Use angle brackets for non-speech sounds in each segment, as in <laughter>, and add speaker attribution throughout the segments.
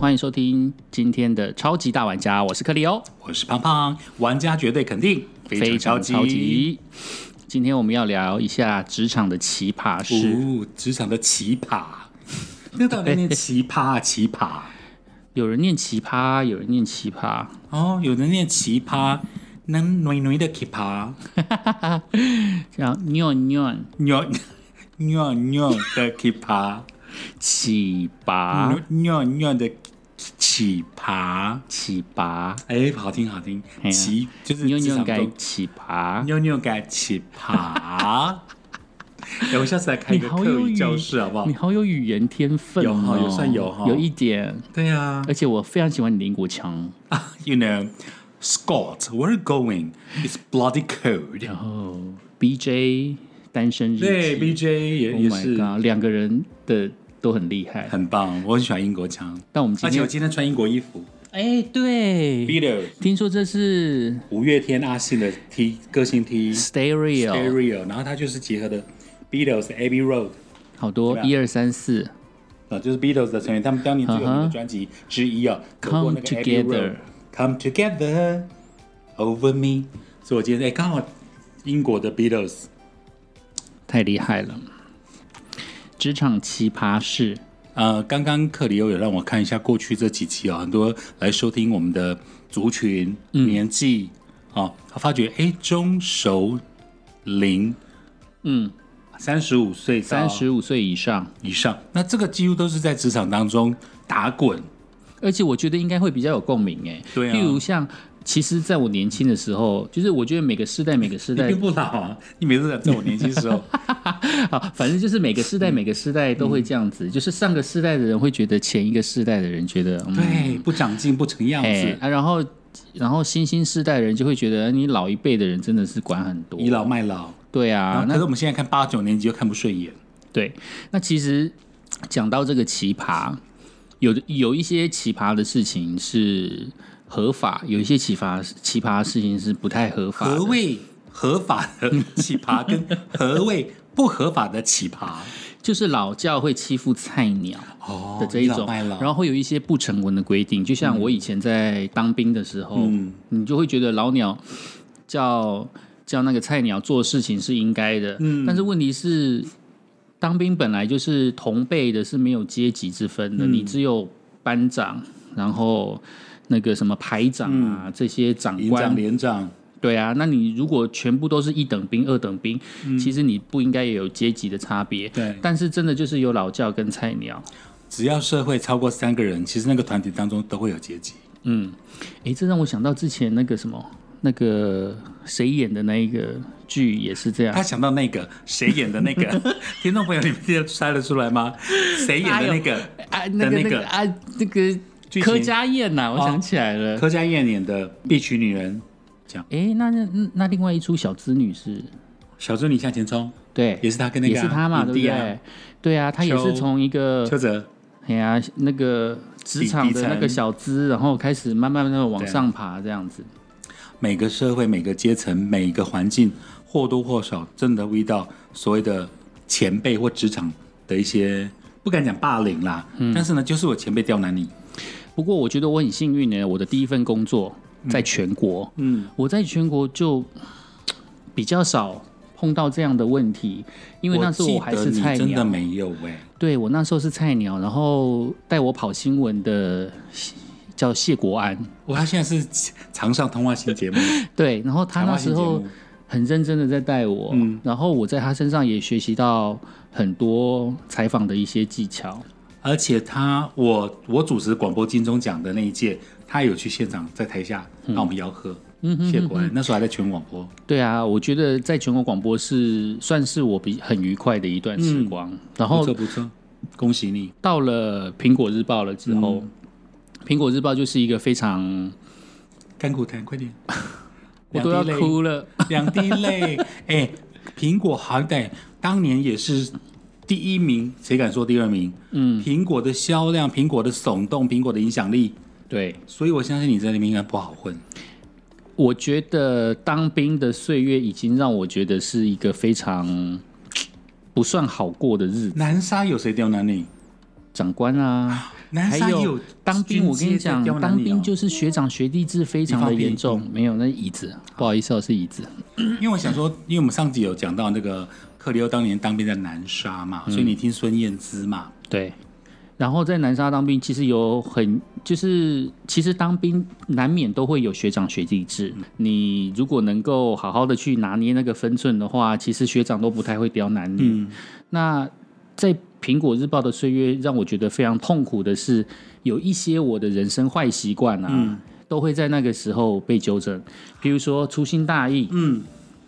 Speaker 1: 欢迎收听今天的超级大玩家，我是克里哦欧，
Speaker 2: 我是胖胖，玩家绝对肯定，非常超级。
Speaker 1: 超级今天我们要聊一下职场的奇葩事。
Speaker 2: 哦，职场的奇葩， <laughs> 那到底念奇葩啊奇葩？
Speaker 1: 有人念奇葩，有人念奇葩，
Speaker 2: 哦，有人念奇葩，能暖暖的奇葩，
Speaker 1: 像 “nion nion”
Speaker 2: <laughs> 尿尿尿的奇葩，
Speaker 1: 奇葩
Speaker 2: 尿尿的奇葩。
Speaker 1: 奇葩
Speaker 2: 哎，好听好听，
Speaker 1: 嘿啊
Speaker 2: 奇就是
Speaker 1: ，“nion
Speaker 2: 职
Speaker 1: nion”
Speaker 2: 场
Speaker 1: 该
Speaker 2: 中
Speaker 1: 奇葩。
Speaker 2: 妞妞改奇
Speaker 1: <laughs>
Speaker 2: 葩。哎，我下次来开一
Speaker 1: 你
Speaker 2: 个
Speaker 1: 好
Speaker 2: 课
Speaker 1: 有
Speaker 2: 语
Speaker 1: 语
Speaker 2: 教室好不好
Speaker 1: 你？好有语言天分、哦，
Speaker 2: 有哈有算有哈
Speaker 1: 有一点，
Speaker 2: 对啊呀
Speaker 1: 而且我非常喜欢你邻国腔。
Speaker 2: <laughs> ，You know, Scott, where you going? It's bloody cold.
Speaker 1: 然后 BJ 单身日记，
Speaker 2: 哦对，BJ 也
Speaker 1: Oh
Speaker 2: 也
Speaker 1: my
Speaker 2: 是
Speaker 1: god，两个人的都很厉害。
Speaker 2: 很棒，我很喜欢英国腔，
Speaker 1: 但我们今
Speaker 2: 而且
Speaker 1: 天
Speaker 2: 我，今天穿英国衣服。
Speaker 1: 哎，对，
Speaker 2: Beatles、
Speaker 1: 听说这是
Speaker 2: 五月天、阿信的 T 个性 T
Speaker 1: Stereo，
Speaker 2: Stereo，然后它就是结合的 Beatles、Abbey Road，
Speaker 1: 好多
Speaker 2: 对啊
Speaker 1: 一二三四
Speaker 2: 啊，就是 Beatles 的成员，他们当年最有名
Speaker 1: 嗯
Speaker 2: 的
Speaker 1: 哼
Speaker 2: 专辑之一啊。走过
Speaker 1: Come
Speaker 2: 那个 Abbey
Speaker 1: Together
Speaker 2: Road Come Together Over Me，所以我今天哎刚好英国的 Beatles
Speaker 1: 太厉害了。职场奇葩事，
Speaker 2: 呃，刚刚克里欧有让我看一下过去这几期啊、很多来收听我们的族群、
Speaker 1: 嗯
Speaker 2: 年纪啊、他发觉哎，中熟龄，
Speaker 1: 嗯，
Speaker 2: 三十五岁到
Speaker 1: 三十五岁以上，
Speaker 2: 以上，那这个几乎都是在职场当中打滚，
Speaker 1: 而且我觉得应该会比较有共鸣哎。
Speaker 2: 对啊
Speaker 1: 例如像，其实在我年轻的时候，就是我觉得每个世代每个世
Speaker 2: 你 <laughs>
Speaker 1: 代
Speaker 2: 并不老啊，你每次在在我年轻时候，
Speaker 1: 好，啊反正就是每个世代每个世代都会这样
Speaker 2: 嗯
Speaker 1: 子，就是上个世代的人会觉得前一个世代的人觉得， <laughs> 嗯，
Speaker 2: 对，不长进不成样
Speaker 1: 哎
Speaker 2: 子，
Speaker 1: 啊，然后然后新兴世代的人就会觉得呃你老一辈的人真的是管很多，
Speaker 2: 倚老卖老。
Speaker 1: 对
Speaker 2: 然
Speaker 1: 啊
Speaker 2: 后，
Speaker 1: 那
Speaker 2: 可是我们现在看八九年级又看不顺眼，
Speaker 1: 对，那其实讲到这个奇葩，有的有一些奇葩的事情是合法，有一些奇葩奇葩的事情是不太合法的。
Speaker 2: 何谓合法的奇葩，跟何谓不合法的奇葩？
Speaker 1: 就是老教会欺负菜鸟
Speaker 2: 哦
Speaker 1: 的这一
Speaker 2: 倚老
Speaker 1: 种，
Speaker 2: 卖老嗯
Speaker 1: 然后会有一些不成文的规定，就像我以前在当兵的时候，你就会觉得老鸟叫叫那个菜鸟做事情是应该的，
Speaker 2: 嗯
Speaker 1: 但是问题是，当兵本来就是同辈的，是没有阶级之分
Speaker 2: 嗯
Speaker 1: 的，你只有班长，然后那个什么排长啊、这些长
Speaker 2: 嗯营
Speaker 1: 官
Speaker 2: 长、连长，
Speaker 1: 对啊，那你如果全部都是一等兵、二等兵，其实你不应该也有阶级的差别。
Speaker 2: 嗯对
Speaker 1: 但是真的就是有老教跟菜鸟。
Speaker 2: 只要社会超过三个人，其实那个团体当中都会有阶级。
Speaker 1: 诶，这让我想到之前那个什么，那个谁演的那一个剧也是这样
Speaker 2: 他。想到那个谁演的
Speaker 1: <laughs>
Speaker 2: 那个听众朋友，你们听得猜得出来吗？谁演的那个？
Speaker 1: 啊，那个
Speaker 2: 的那
Speaker 1: 那
Speaker 2: 个
Speaker 1: 个啊，那个
Speaker 2: 剧情
Speaker 1: 柯佳燕呐、我
Speaker 2: 哦
Speaker 1: 想起来了。
Speaker 2: 柯佳燕演的《必娶女人》，这样。
Speaker 1: 诶，那那那另外一出小资女是，
Speaker 2: 小猪你向前冲，
Speaker 1: 对，
Speaker 2: 也是他跟那个啊
Speaker 1: 也是她嘛，对不
Speaker 2: 影帝啊
Speaker 1: 对？对啊，她也
Speaker 2: 邱
Speaker 1: 是从一个
Speaker 2: 邱泽
Speaker 1: 哎呀，那个职场的那个小资，然后开始慢慢的往
Speaker 2: 啊
Speaker 1: 上爬，这样子。
Speaker 2: 每个社会、每个阶层、每个环境，或多或少真的遇到所谓的前辈或职场的一些，不敢讲霸凌啦，
Speaker 1: 嗯
Speaker 2: 但是呢，就是我前辈刁难你，
Speaker 1: 不过我觉得我很幸运呢，我的第一份工作在全国，嗯，我在全国就 <sniffs> 嗯比较少碰到这样的问题，因为那时候我还是
Speaker 2: 记得
Speaker 1: 菜
Speaker 2: 你真
Speaker 1: 鸟，
Speaker 2: 的
Speaker 1: 欸
Speaker 2: 没有哎、
Speaker 1: 对我那时候是菜鸟，然后带我跑新闻的叫谢国安，
Speaker 2: 我他现在是常上通话新节目，
Speaker 1: 对，然后 <laughs> 他
Speaker 2: 谈
Speaker 1: 那
Speaker 2: 话性
Speaker 1: 时
Speaker 2: 节
Speaker 1: 候
Speaker 2: 目
Speaker 1: 很认真的在带我，
Speaker 2: 嗯
Speaker 1: 然后我在他身上也学习到很多采访的一些技巧。
Speaker 2: 而且他我我主持广播金钟奖的那一届，他有去现场在台下
Speaker 1: 嗯
Speaker 2: 让我们吆喝，谢国安那时候还在全广播，
Speaker 1: 对啊，我觉得在全国广播是算是我比很愉快的一段时光。然
Speaker 2: 不
Speaker 1: 后
Speaker 2: 错不错，恭喜你，
Speaker 1: 到了苹果日报了之
Speaker 2: 嗯
Speaker 1: 后，苹果日报就是一个非常
Speaker 2: 干苦谈快点，
Speaker 1: <laughs> 我都要
Speaker 2: 两滴泪
Speaker 1: 哭了，
Speaker 2: <laughs> 两滴
Speaker 1: <laughs>
Speaker 2: 泪。哎，苹果好歹当年也是第一名，谁敢说第二名？嗯，苹果的销量、苹果的耸动、苹果的影响力，
Speaker 1: 对。
Speaker 2: 所以我相信你在里面应该不好混。
Speaker 1: 我觉得当兵的岁月已经让我觉得是一个非常不算好过的日子。
Speaker 2: 南沙有谁刁难你？
Speaker 1: 长官啊，
Speaker 2: 南
Speaker 1: 还
Speaker 2: 沙也有
Speaker 1: 有当兵，我跟你讲
Speaker 2: 军阶在刁，难
Speaker 1: 当
Speaker 2: 你
Speaker 1: 兵
Speaker 2: 哦
Speaker 1: 就是学长学弟制非常的严
Speaker 2: 你嗯
Speaker 1: 重，没有那椅子，不好意思哦，是椅子。
Speaker 2: 因为我想说，因为我们上集有讲到那个克里欧当年当兵在南沙嘛，
Speaker 1: 嗯
Speaker 2: 所以你听孙燕姿嘛，
Speaker 1: 对，然后在南沙当兵，其实有很就是，其实当兵难免都会有学长学弟制。你如果能够好好的去拿捏那个分寸的话，其实学长都不太会刁难你。那在苹果日报的岁月，让我觉得非常痛苦的是，有一些我的人生坏习惯啊，
Speaker 2: 嗯
Speaker 1: 都会在那个时候被纠正。比如说粗心大意，
Speaker 2: 嗯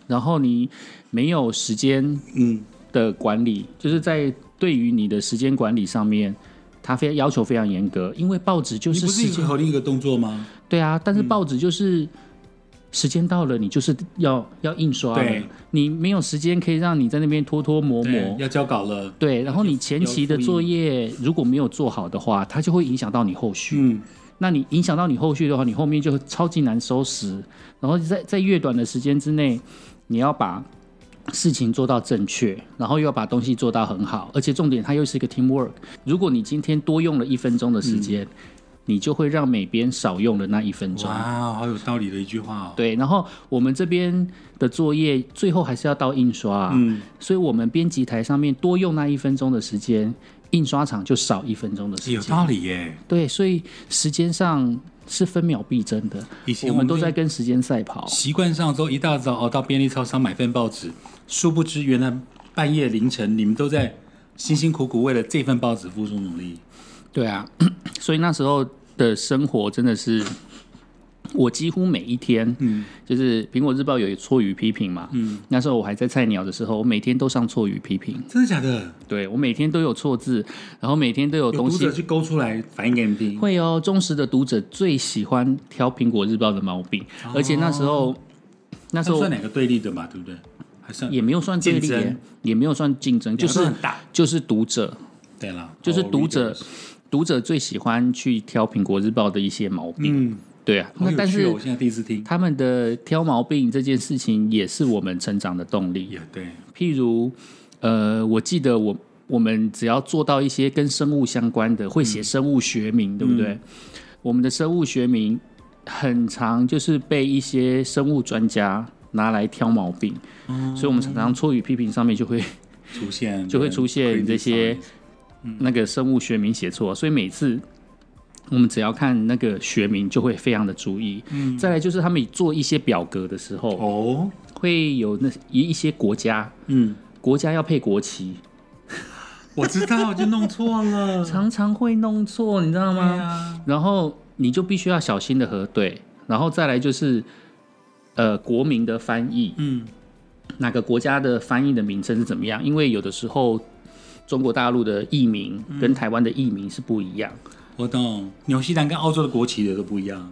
Speaker 1: 然后你没有时间
Speaker 2: 嗯，
Speaker 1: 的管理，就是在对于你的时间管理上面，他非要求非常严格，因为报纸就
Speaker 2: 你
Speaker 1: 是
Speaker 2: 不是
Speaker 1: 时
Speaker 2: 一个嗯
Speaker 1: 间
Speaker 2: 合另一个动作吗？
Speaker 1: 对啊，但是报纸就是。时间到了，你就是要要印刷了
Speaker 2: 对。
Speaker 1: 你没有时间可以让你在那边拖拖摸
Speaker 2: 对
Speaker 1: 摸，，
Speaker 2: 要交稿了，
Speaker 1: 对。然后你前期的作业如果没有做好的话，它就会影响到你后续。
Speaker 2: 嗯，
Speaker 1: 那你影响到你后续的话，你后面就超级难收拾。然后在在越短的时间之内，你要把事情做到正确，然后又要把东西做到很好，而且重点它又是一个 teamwork。如果你今天多用了一分钟的时间，你就会让美编少用了那一分钟。
Speaker 2: 哇，好有道理的一句话哦。
Speaker 1: 对，然后我们这边的作业最后还是要到印刷、啊，
Speaker 2: 嗯，
Speaker 1: 所以我们编辑台上面多用那一分钟的时间，印刷厂就少一分钟的时间
Speaker 2: 有。道理耶。
Speaker 1: 对，所以时间上是分秒必争的。
Speaker 2: 以前
Speaker 1: 我们都
Speaker 2: 在。
Speaker 1: 在跟时间赛跑。
Speaker 2: 习惯上说一大早哦到便利超商买份报纸，殊不知原来半夜凌晨你们都在辛辛苦苦为了这份报纸付出努力。
Speaker 1: 对啊， <clears throat> 所以那时候的生活真的是，我几乎每一天，嗯，就是《苹果日报》有错语批评嘛，嗯，那时候我还在菜鸟的时候，我每天都上错语批评，
Speaker 2: 真的假的？
Speaker 1: 对我每天都有错字，然后每天都有
Speaker 2: 有
Speaker 1: 东
Speaker 2: 读
Speaker 1: 西
Speaker 2: 者。去勾出来反映给你听。
Speaker 1: 会哦，忠实的读者最喜欢挑《苹果日报》的毛病，而且那时候，那
Speaker 2: 那
Speaker 1: 时候
Speaker 2: 哦算两个对立的嘛，对不对？还算
Speaker 1: 也没有算对立
Speaker 2: 竞
Speaker 1: 耶
Speaker 2: 争，
Speaker 1: 也没有算竞争，就
Speaker 2: 两个
Speaker 1: 是
Speaker 2: 很大。
Speaker 1: 就是读者，
Speaker 2: 对了，
Speaker 1: 就是读者
Speaker 2: All readers
Speaker 1: 读者最喜欢去挑《苹果日报》的一些毛病。
Speaker 2: 嗯，
Speaker 1: 对啊，
Speaker 2: 好
Speaker 1: 那
Speaker 2: 有
Speaker 1: 但
Speaker 2: 趣
Speaker 1: 是
Speaker 2: 哦我现在第一次听。
Speaker 1: 他们的挑毛病这件事情也是我们成长的动力。
Speaker 2: 也对，
Speaker 1: 譬如，呃，我记得我我们只要做到一些跟生物相关的，会写生物学名，对不对？我们的生物学名很常就是被一些生物专家拿来挑毛病，所以我们常常错语批评上面就会
Speaker 2: 出现
Speaker 1: 就会出现这些 <laughs> 那个生物学名写错，所以每次我们只要看那个学名，就会非常的注意。嗯，再来就是他们做一些表格的时候，
Speaker 2: 哦，
Speaker 1: 会有那一一些国家，
Speaker 2: 嗯，
Speaker 1: 国家要配国旗，
Speaker 2: 我知道，就弄错
Speaker 1: <laughs>
Speaker 2: 了。
Speaker 1: 常常会弄错，你知道
Speaker 2: 嗯对
Speaker 1: 吗？
Speaker 2: 啊，
Speaker 1: 然后你就必须要小心的核对，然后再来就是呃国民的翻译，
Speaker 2: 嗯，
Speaker 1: 哪个国家的翻译的名称是怎么样，因为有的时候中国大陆的译名
Speaker 2: 嗯
Speaker 1: 跟台湾的译名是不一样。
Speaker 2: 我懂。纽西兰跟澳洲的国旗也都不一样，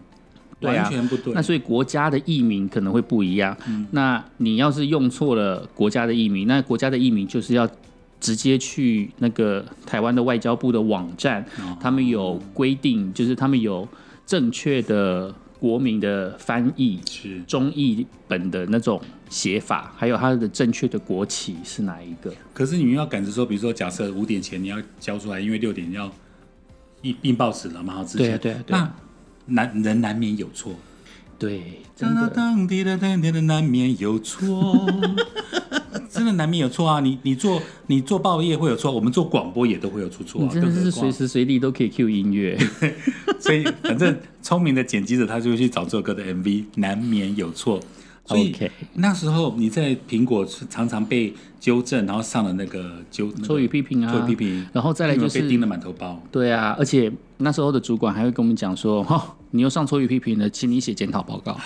Speaker 1: 对啊
Speaker 2: 完全不对
Speaker 1: 那。所以国家的译名可能会不一样。那你要是用错了国家的译名，那国家的译名就是要直接去那个台湾的外交部的网站，
Speaker 2: 哦
Speaker 1: 他们有规定，就是他们有正确的国民的翻译。
Speaker 2: 是
Speaker 1: 中译本的那种写法，还有它的正确的国旗是哪一个？
Speaker 2: 可是你们要赶着说，比如说，假设五点前你要交出来，因为六点要印印报纸了嘛，好之前
Speaker 1: 对啊对啊对
Speaker 2: 那
Speaker 1: 啊
Speaker 2: 难人难免有错，
Speaker 1: 对，真
Speaker 2: 当当
Speaker 1: 的，
Speaker 2: 当滴当当滴的难免有错，真的难免有错啊！你你做你做报业会有错，我们做广播也都会有出错、
Speaker 1: 你
Speaker 2: 啊，
Speaker 1: 真的是
Speaker 2: 更何
Speaker 1: 随
Speaker 2: 况
Speaker 1: 时随地都可以 Q 音乐。
Speaker 2: 所以反正聪明的剪辑者他就会去找这首歌的 MV，难免有错。所以
Speaker 1: OK
Speaker 2: 那时候你在苹果是常常被纠正，然后上了那个纠
Speaker 1: 错语批评啊
Speaker 2: 错语批评，
Speaker 1: 然后再来就
Speaker 2: 你有没有
Speaker 1: 是
Speaker 2: 被盯得满头包。
Speaker 1: 对啊，而且那时候的主管还会跟我们讲说， <laughs> 哈、你又上错语批评了，请你写检讨报告。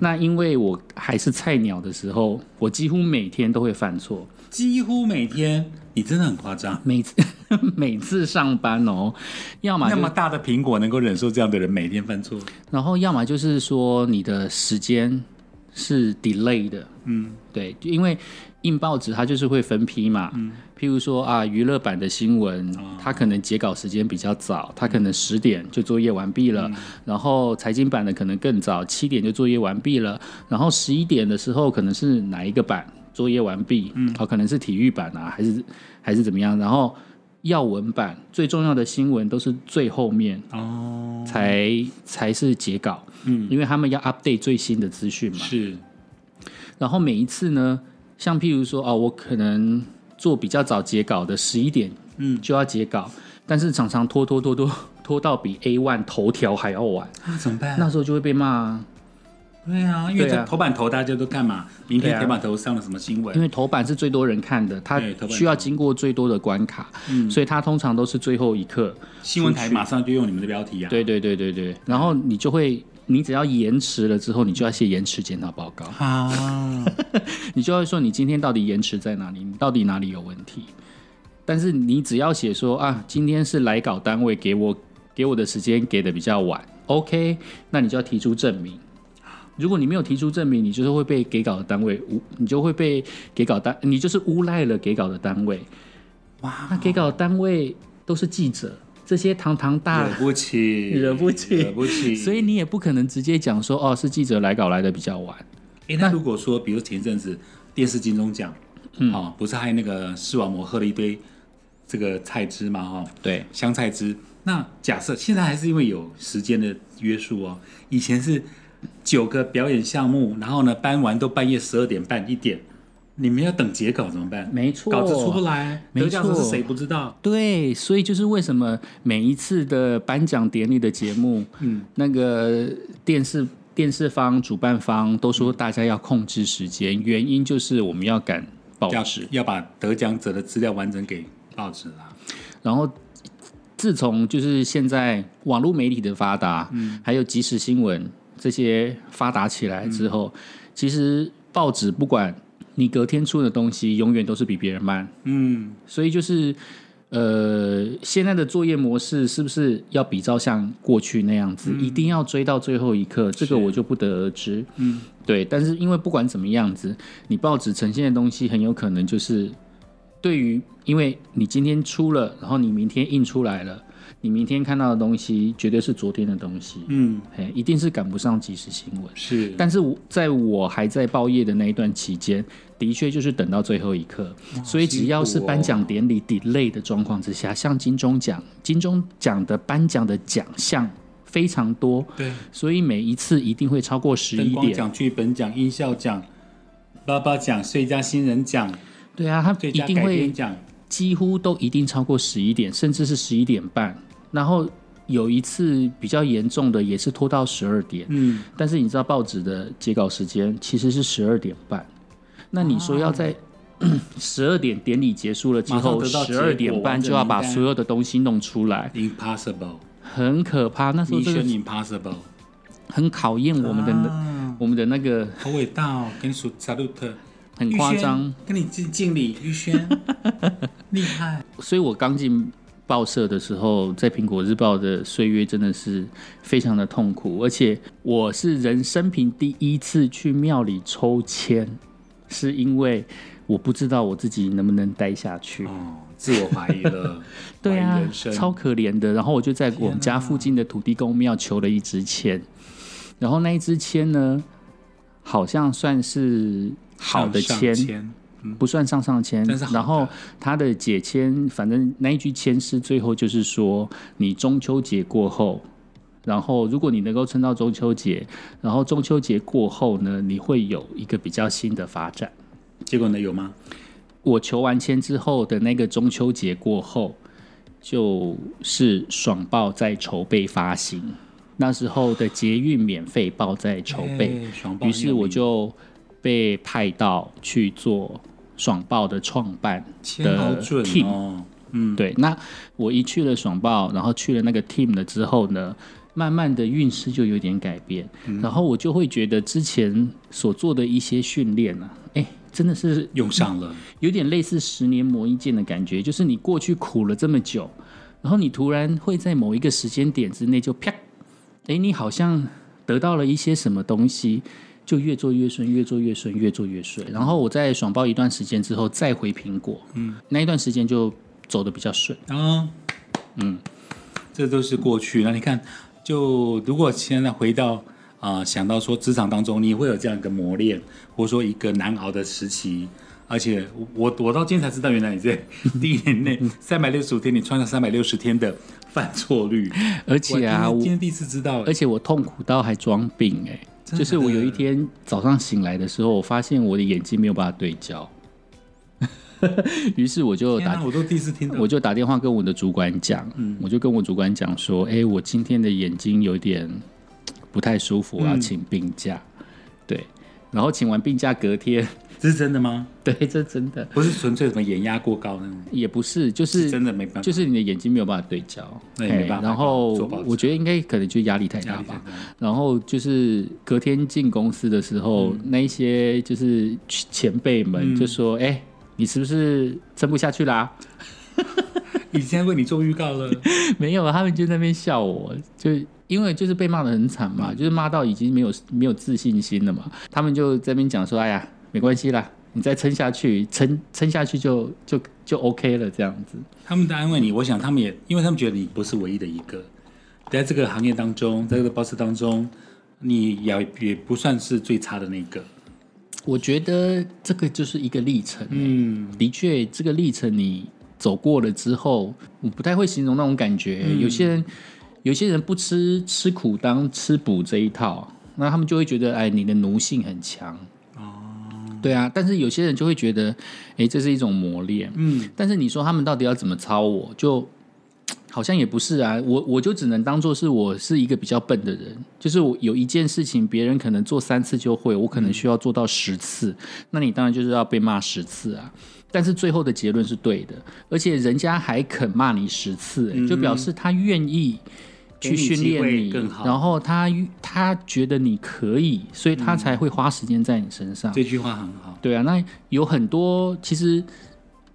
Speaker 1: 那因为我还是菜鸟的时候，我几乎每天都会犯错，
Speaker 2: 几乎每天，你真的很夸张。
Speaker 1: 每次 <laughs> 每次上班哦，要么
Speaker 2: 那
Speaker 1: 就
Speaker 2: 么大的苹果能够忍受这样的人每天犯错，
Speaker 1: 然后要么就是说你的时间是 delay 的，嗯，对，就因为印报纸它就是会分批嘛，嗯，啊譬如说啊，娱乐版的新闻，它可能截稿时间比较早，它可能十点就作业完毕了，然后财经版的可能更早，七点就作业完毕了，然后十一点的时候可能是哪一个版作业完毕，嗯，哦，可能是体育版啊，还是还是怎么样，然后。要闻版最重要的新闻都是最后面
Speaker 2: 哦，
Speaker 1: 才才是截稿，
Speaker 2: 嗯，
Speaker 1: 因为他们要 update 最新的资讯嘛。
Speaker 2: 是，
Speaker 1: 然后每一次呢，像譬如说哦，我可能做比较早截稿的，十一点
Speaker 2: 嗯，
Speaker 1: 就要截稿，但是常常拖拖拖拖拖到比 A one 头条还要晚，
Speaker 2: 那怎么办？
Speaker 1: 那时候就会被骂啊，
Speaker 2: 对啊，因为
Speaker 1: 对啊
Speaker 2: 头版头大家都干嘛？明
Speaker 1: 对
Speaker 2: 天
Speaker 1: 啊
Speaker 2: 头版头上了什么新闻
Speaker 1: 因？为头版是最多人看的，它
Speaker 2: 对头版嗯
Speaker 1: 需要经过最多的关卡，所以它通常都是最后一刻。
Speaker 2: 新闻台
Speaker 1: 出去
Speaker 2: 马上就用你们的标题啊。
Speaker 1: 对对对对对，然后你就会。你只要延迟了之后，你就要写延迟检讨报告，
Speaker 2: 啊，
Speaker 1: 你就要说你今天到底延迟在哪里，你到底哪里有问题。但是你只要写说啊，今天是来稿单位给我给我的时间给的比较晚，OK，那你就要提出证明。如果你没有提出证明，你就是会被给稿的单位诬，你就会被给稿单，你就是诬赖了给稿的单位。
Speaker 2: 哇，
Speaker 1: 那给稿的单位都是记者，这些堂堂大
Speaker 2: 惹不起，
Speaker 1: <laughs> 惹不起
Speaker 2: 惹不起。
Speaker 1: 所以你也不可能直接讲说哦，是记者来稿来的比较晚。
Speaker 2: 诶，那如果说，比如前一阵子电视金钟奖，嗯，哦，不是害那个视网膜喝了一堆这个菜汁嘛，哈、哦，
Speaker 1: 对，
Speaker 2: 香菜汁。那假设现在还是因为有时间的约束哦，以前是九个表演项目，然后呢搬完都半夜十二点半一点，你们要等结稿怎么办？
Speaker 1: 没错，
Speaker 2: 稿子出不来，
Speaker 1: 没
Speaker 2: 得奖者
Speaker 1: 错
Speaker 2: 是谁不知道？
Speaker 1: 对，所以就是为什么每一次的颁奖典礼的节目，
Speaker 2: 嗯，
Speaker 1: 那个电视电视方、主办方都说大家要控制时间，原因就是我们要赶报
Speaker 2: 要
Speaker 1: 纸。
Speaker 2: 要把得奖者的资料完整给报纸啦。
Speaker 1: 然后，自从就是现在网络媒体的发达，
Speaker 2: 嗯
Speaker 1: 还有即时新闻这些发达起来之后，
Speaker 2: 嗯
Speaker 1: 其实报纸不管你隔天出的东西，永远都是比别人慢。
Speaker 2: 嗯，
Speaker 1: 所以就是呃，现在的作业模式是不是要比照像过去那样子，一定要追到最后一刻？这个我就不得而知。
Speaker 2: 嗯，
Speaker 1: 对。但是因为不管怎么样子，你报纸呈现的东西很有可能就是对于，因为你今天出了，然后你明天印出来了。你明天看到的东西绝对是昨天的东西，
Speaker 2: 嗯，
Speaker 1: 哎，一定是赶不上即时新闻。
Speaker 2: 是。
Speaker 1: 但是我在我还在报业的那一段期间，的确就是等到最后一刻，所以只要是
Speaker 2: 辛苦哦哦
Speaker 1: 颁奖典礼 delay 的状况之下，像金钟奖，金钟奖的颁奖的奖项非常多，
Speaker 2: 对，
Speaker 1: 所以每一次一定会超过十
Speaker 2: 灯
Speaker 1: 一
Speaker 2: 光
Speaker 1: 点。
Speaker 2: 奖、剧本奖、音效奖、爸爸奖、最佳新人奖、
Speaker 1: 对啊，它
Speaker 2: 最
Speaker 1: 一
Speaker 2: 佳
Speaker 1: 定
Speaker 2: 改
Speaker 1: 会
Speaker 2: 编奖，
Speaker 1: 几乎都一定超过十一点，甚至是十一点半。然后有一次比较严重的，也是拖到十二点。
Speaker 2: 嗯，
Speaker 1: 但是你知道报纸的截稿时间其实是十二点半，那你说要在 <clears throat> 十二点典礼结束了之后，
Speaker 2: 马上得
Speaker 1: 十
Speaker 2: 到
Speaker 1: 二
Speaker 2: 结果
Speaker 1: 点半就要把所有的东西弄出来，
Speaker 2: Impossible，
Speaker 1: 很可怕。那时候
Speaker 2: 你
Speaker 1: 真
Speaker 2: 选
Speaker 1: 的
Speaker 2: Impossible，
Speaker 1: 很考验我们的、
Speaker 2: 啊
Speaker 1: 我们的那个
Speaker 2: 好伟大哦，跟你说 salute，
Speaker 1: 很夸张
Speaker 2: 玉。轩，跟你敬敬礼，
Speaker 1: <laughs>
Speaker 2: 玉轩，厉害，
Speaker 1: 所以我刚进报社的时候，在苹果日报的岁月真的是非常的痛苦，而且我是人生平第一次去庙里抽签，是因为我不知道我自己能不能待下去。
Speaker 2: 哦，自我怀疑了，
Speaker 1: <laughs> 对
Speaker 2: 怀
Speaker 1: 啊
Speaker 2: 疑人，生，
Speaker 1: 超可怜的。然后我就在我们家附近的土地公庙求了一支签，然后那一支签呢，好像算是好的
Speaker 2: 上
Speaker 1: 签，
Speaker 2: 签，
Speaker 1: 不算上上签
Speaker 2: 但是。好的
Speaker 1: 然后他的解签，反正那一句签诗最后就是说，你中秋节过后。然后，如果你能够撑到中秋节，然后中秋节过后呢，你会有一个比较新的发展。
Speaker 2: 结果呢有吗？
Speaker 1: 我求完签之后的那个中秋节过后，就是爽报在筹备发行，那时候的捷运免费报在筹备，
Speaker 2: 哎，爽爆
Speaker 1: 于是
Speaker 2: 你有
Speaker 1: 我
Speaker 2: 你
Speaker 1: 就被派到去做爽报的创办。
Speaker 2: 签好
Speaker 1: 的
Speaker 2: 准
Speaker 1: team
Speaker 2: 哦，嗯，
Speaker 1: 对，那我一去了爽报，然后去了那个 team 了之后呢，慢慢的运势就有点改变，然后我就会觉得之前所做的一些训练啊，哎，真的是
Speaker 2: 用上了，
Speaker 1: 有点类似十年磨一剑的感觉，就是你过去苦了这么久，然后你突然会在某一个时间点之内就啪，哎，你好像得到了一些什么东西，就越做越顺，越做越顺，越做越顺。然后我在爽包一段时间之后再回苹果，嗯，那一段时间就走的比较顺。
Speaker 2: 然后，嗯，这都是过去。那你看，就如果现在回到啊、呃想到说职场当中，你会有这样一个磨练，或者说一个难熬的时期而且我我到今天才知道，原来你
Speaker 1: <laughs>
Speaker 2: 在第一年内三百六十五天，你创下三百六十天的犯错率。
Speaker 1: 而
Speaker 2: 我
Speaker 1: 且啊，
Speaker 2: 今天
Speaker 1: 我
Speaker 2: 今天第一次知道，
Speaker 1: 而且我痛苦到还装病哎、
Speaker 2: 真的
Speaker 1: 就是我有一天早上醒来的时候，我发现我的眼睛没有办法对焦， <laughs> 于是我就
Speaker 2: 天
Speaker 1: 打
Speaker 2: 哪，嗯我都第一次听到。
Speaker 1: 我就打电话跟我的主管讲，我就跟我主管讲说，哎、我今天的眼睛有点不太舒服，我
Speaker 2: 嗯
Speaker 1: 要请病假。对，然后请完病假隔天， <laughs>
Speaker 2: 这是真的吗？
Speaker 1: 对，这真的
Speaker 2: 不是纯粹什么眼压过高那种，
Speaker 1: 也不是，就是是
Speaker 2: 真的没办法，
Speaker 1: 就是你的眼睛没有办法对焦，
Speaker 2: 那也没
Speaker 1: 哎
Speaker 2: 办法
Speaker 1: 然后
Speaker 2: 做保持
Speaker 1: 我觉得应该可能就压力太
Speaker 2: 压
Speaker 1: 大
Speaker 2: 力太
Speaker 1: 吧
Speaker 2: 大。
Speaker 1: 然后就是隔天进公司的时候，那一些就是前辈们就说：“哎、你是不是撑不下去啦、 <laughs>
Speaker 2: 已经在为你做预告了。
Speaker 1: 没有，啊他们就在那边笑我，就因为就是被骂的很惨嘛，就是骂到已经没有没有自信心了嘛。他们就在那边讲说：“哎呀，没关系啦，你再撑下去，撑撑下去就就就 OK 了，这样子。
Speaker 2: 他们在安慰你，我想他们也，因为他们觉得你不是唯一的一个，在这个行业当中，在这个 boss 当中，你也也不算是最差的那个。”
Speaker 1: 我觉得这个就是一个历程、啊
Speaker 2: 嗯，
Speaker 1: 的确，这个历程你走过了之后，我不太会形容那种感觉。有些人，有些人不吃吃苦当吃补这一套，那他们就会觉得，哎，你的奴性很强。哦，对啊，但是有些人就会觉得，哎，这是一种磨练。嗯，但是你说他们到底要怎么操我，就好像也不是啊。我我就只能当做是我是一个比较笨的人，就是我有一件事情，别人可能做三次就会，我可能需要做到十次，那你当然就是要被骂十次啊。但是最后的结论是对的，而且人家还肯骂你十次、欸就表示他愿意去训
Speaker 2: 嗯给
Speaker 1: 练
Speaker 2: 你
Speaker 1: 你，
Speaker 2: 机会更好
Speaker 1: 然后他他觉得你可以，所以他
Speaker 2: 嗯
Speaker 1: 才会花时间在你身上。
Speaker 2: 这句话很好。
Speaker 1: 对啊，那有很多其实，